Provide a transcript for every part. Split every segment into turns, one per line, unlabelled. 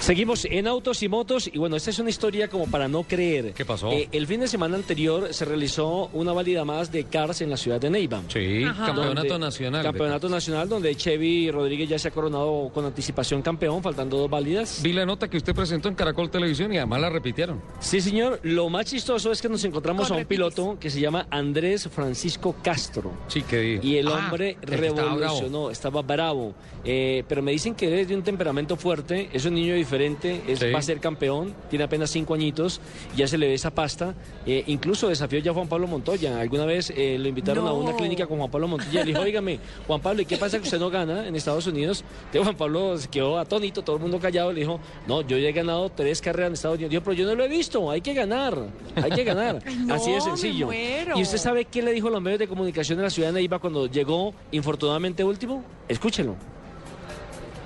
Seguimos en autos y motos y bueno, esta es una historia como para no creer.
¿Qué pasó?
Eh, el fin de semana anterior se realizó una válida más de cars en la ciudad de Neiva.
Sí,
Ajá.
campeonato
Donde-
nacional.
Campeonato nacional donde Chevy Rodríguez ya se ha coronado con anticipación campeón, faltando dos válidas.
Vi la nota que usted presentó en Caracol Televisión y además la repitieron.
Sí, señor. Lo más chistoso es que nos encontramos
Con
a un
repiques.
piloto que se llama Andrés Francisco Castro.
Sí, que di-
Y el
Ah,
hombre
el que estaba bravo.
revolucionó, estaba bravo. Eh, pero me dicen que es de un temperamento fuerte, es un niño diferente, es,
Sí.
va a ser campeón, tiene apenas cinco añitos, ya se le ve esa pasta. Eh, incluso desafió ya a Juan Pablo Montoya. Alguna vez eh, lo invitaron a una
No.
clínica con Juan Pablo Montoya y le dijo, óigame, Juan Pablo, ¿y qué pasa que usted no gana en Estados Unidos? Que Juan Pablo se quedó atónito, todo el mundo callado, le dijo, no, yo ya he ganado tres carreras en Estados Unidos. Dijo, pero yo no lo he visto, hay que ganar, hay que ganar.
Ay, no,
Así de
me
sencillo.
muero.
Y usted sabe ¿Sabe qué le dijo a los medios de comunicación de la ciudad de Neiva cuando llegó, infortunadamente último? Escúchelo.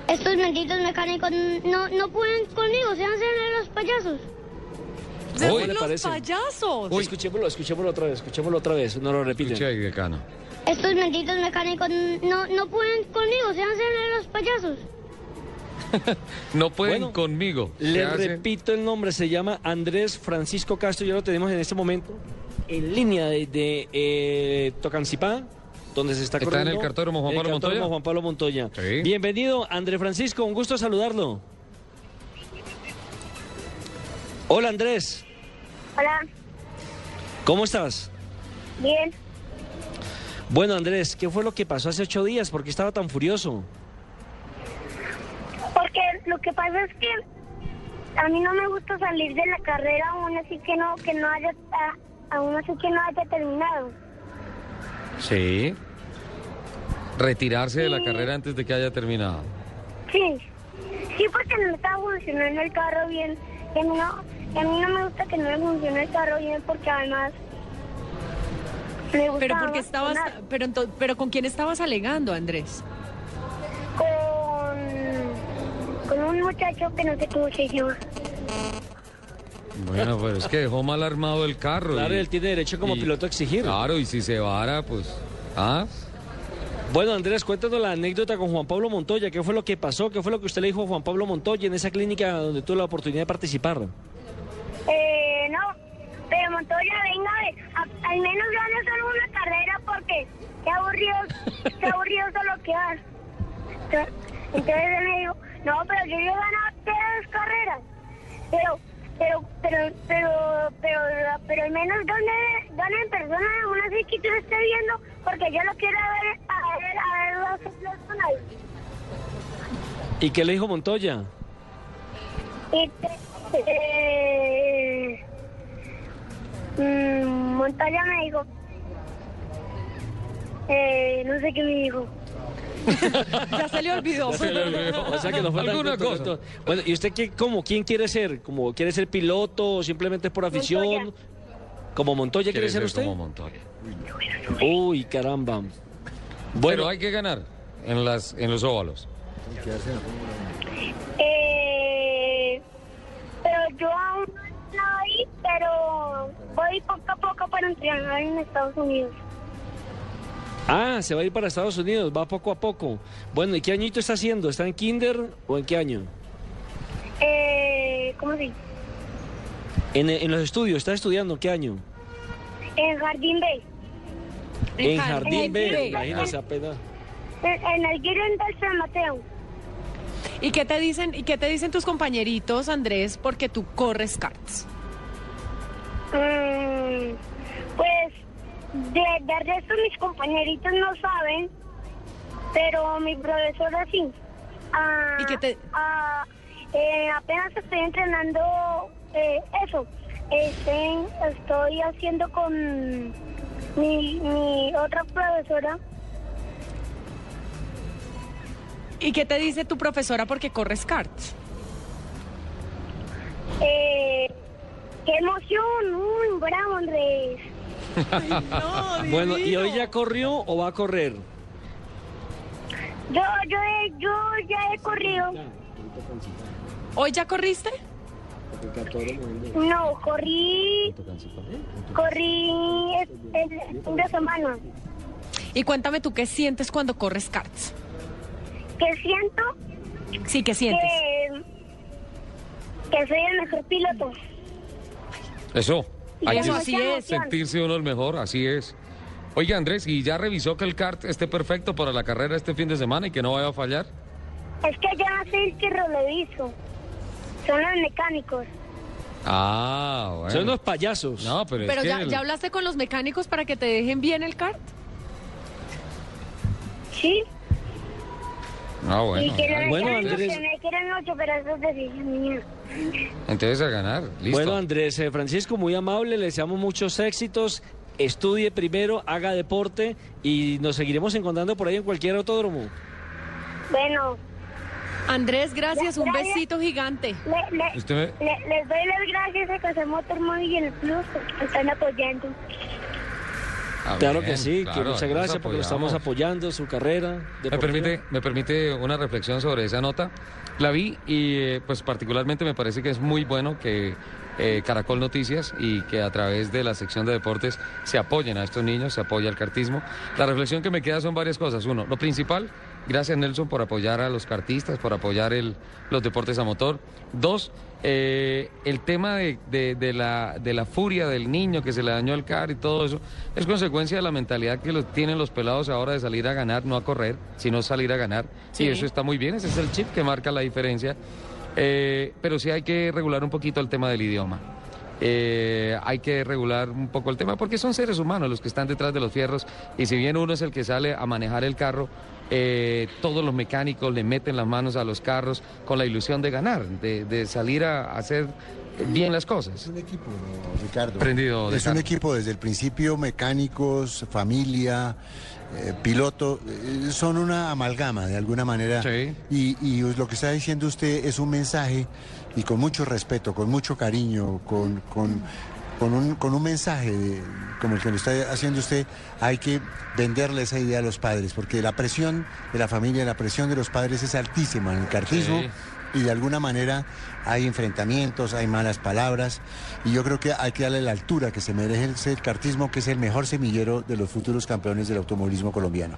Estos benditos mecánicos no, no pueden conmigo, se hacen los payasos.
¡Se
Uy.
ven
¿Le
los
parece?
payasos!
Escuchémoslo, escuchémoslo otra vez, escuchémoslo otra vez, no lo repiten.
Escuche ahí, decano.
Estos benditos mecánicos no, no pueden conmigo, se hacen los payasos.
No pueden
Bueno,
conmigo. Se
Le
hacen-
repito el nombre, se llama Andrés Francisco Castro, ya lo tenemos en este momento en línea de, de, eh, Tocancipá, donde se está
Está en
corriendo.
el cartódromo Juan
el
Pablo
cartódromo
Montoya.
Juan Pablo Montoya.
Sí.
Bienvenido, Andrés Francisco, un gusto saludarlo. Hola Andrés,
Hola,
¿cómo estás?
bien.
Bueno, Andrés, ¿qué fue lo que pasó hace ocho días? ¿Por qué estaba tan furioso?
Porque lo que pasa es que a mí no me gusta salir de la carrera aún así que no, que no haya, a- aún así que no haya terminado.
Sí. Retirarse de la
Sí.
carrera antes de que haya terminado.
Sí, sí porque no me estaba funcionando el carro bien. Y a mí no, y a mí no me gusta que no me funcione el carro bien porque además me gusta
Pero porque estabas, pero, ento- pero con quién estabas alegando, Andrés.
con, con un muchacho que no sé cómo se llama.
Bueno, pero es que dejó mal armado el carro.
Claro,
y-
él tiene derecho como
y-
piloto a exigir.
Claro, y si se vara, pues. ¿Ah?
Bueno, Andrés, cuéntanos la anécdota con Juan Pablo Montoya. ¿Qué fue lo que pasó? ¿Qué fue lo que usted le dijo a Juan Pablo Montoya en esa clínica donde tuvo la oportunidad de participar?
Eh, no, pero Montoya, venga, ve, a- al menos gane solo una carrera porque qué aburrido, qué aburrido solo quedar. Ento- Entonces él me dijo, no, pero yo ya he ganado tres carreras, pero, pero, pero, pero, pero, pero al menos gane, gane en persona, aún así que tú lo estés viendo, porque yo lo quiero ver, a ver, a ver, a ver con ahí.
¿Y qué le dijo Montoya?
Y te- eh, mm, Montoya me dijo. Eh, no sé qué me dijo.
Ya se le olvidó.
O sea que no fue tan
Alguna
corto,
cosa.
corto. Bueno, ¿y usted qué, cómo, quién quiere ser? ¿Como quiere ser piloto o simplemente es por afición?
Montoya.
¿Como Montoya quiere ser
ser
usted?
como Montoya.
Uy, caramba.
Bueno,
Bueno,
hay que ganar en, las, en los óvalos.
Eh, pero yo aún no ahí, pero voy poco a poco para entrenar en Estados Unidos.
ah, se va a ir para Estados Unidos, va poco a poco. Bueno, ¿y qué añito está haciendo? ¿Está en kinder o en qué año?
Eh, ¿Cómo se dice?
En, en los estudios, ¿está estudiando qué año?
En Jardín Bay.
En Jardín B,
B.
imagínese apenas.
En, en el Guirén del San Mateo.
¿Y qué te dicen? ¿Y qué te dicen tus compañeritos, Andrés? Porque tú corres karts.
Mm, pues de, de resto mis compañeritos no saben, pero mi profesora sí. Ah,
¿Y qué te-
ah, eh, apenas estoy entrenando eh, eso. Estoy, estoy haciendo con mi, mi otra profesora.
¿Y qué te dice tu profesora porque corres karts?
Eh, ¡Qué emoción! ¡Uy, bravo, Andrés!
Bueno, ¿y hoy ya corrió o va a correr?
Yo, yo, he- yo ya he corrido.
¿Hoy ya corriste?
No, corrí. Corrí el, el fin de semana.
Y cuéntame tú qué sientes cuando corres karts.
Que siento
Sí, ¿qué sientes?
que, que soy el mejor piloto.
Eso.
Y
Hay
eso
que
así
mucha
es.
emoción.
sentirse uno el mejor, así es. Oiga, Andrés, ¿y ya revisó que el kart esté perfecto para la carrera este fin de semana y que no vaya a fallar?
Es que yo no soy el que lo hizo. Son los mecánicos.
Ah, bueno.
Son unos payasos.
No, pero,
Pero
es Pues
ya,
que... el-
ya hablaste con los mecánicos para que te dejen bien el kart.
Sí.
Ah, bueno.
y que los
ah,
bueno,
mecánicos
Andrés.
que me quieren mucho, pero eso es decisión mía.
Entonces a ganar, listo.
Bueno, Andrés eh, Francisco, muy amable, le deseamos muchos éxitos. Estudie primero, haga deporte y nos seguiremos encontrando por ahí en cualquier autódromo.
Bueno,
Andrés, gracias, un
Gracias.
besito gigante.
le- le-
Usted me-
le- les doy las gracias a Casamotor Móvil y el Plus porque me están apoyando.
Ah,
claro
bien,
que sí, que
claro,
muchas
ahí nos
gracias porque lo estamos
apoyamos.
apoyando, su carrera.
¿Me
deportiva.
permite, me permite una reflexión sobre esa nota. La vi y eh, pues particularmente me parece que es muy bueno que eh, Caracol Noticias y que a través de la sección de deportes se apoyen a estos niños, se apoya al cartismo. La reflexión que me queda son varias cosas. Uno, lo principal, gracias Nelson por apoyar a los cartistas, por apoyar el- los deportes a motor. Dos, eh, el tema de, de- de la, de la furia del niño que se le dañó el car y todo eso es consecuencia de la mentalidad que los, tienen los pelados ahora de salir a ganar, no a correr, sino salir a ganar. Y eso está muy bien, ese es el chip que marca la diferencia. Eh, pero sí hay que regular un poquito el tema del idioma. Eh, hay que regular un poco el tema porque son seres humanos los que están detrás de los fierros y si bien uno es el que sale a manejar el carro, eh, todos los mecánicos le meten las manos a los carros con la ilusión de ganar, de, de salir a hacer bien las
Es
cosas.
un equipo, Ricardo.
Prendido,
Es un
Ricardo.
equipo desde el principio, mecánicos, familia, eh, piloto, eh, son una amalgama de alguna manera.
Sí.
Y, y us- lo que está diciendo usted es un mensaje y con mucho respeto, con mucho cariño, con, con, con un, con un mensaje de- como el que lo está haciendo usted, hay que venderle esa idea a los padres, porque la presión de la familia, la presión de los padres es altísima en el cartismo
Sí.
y de alguna manera hay enfrentamientos, hay malas palabras y yo creo que hay que darle la altura que se merece el cartismo, que es el mejor semillero de los futuros campeones del automovilismo colombiano.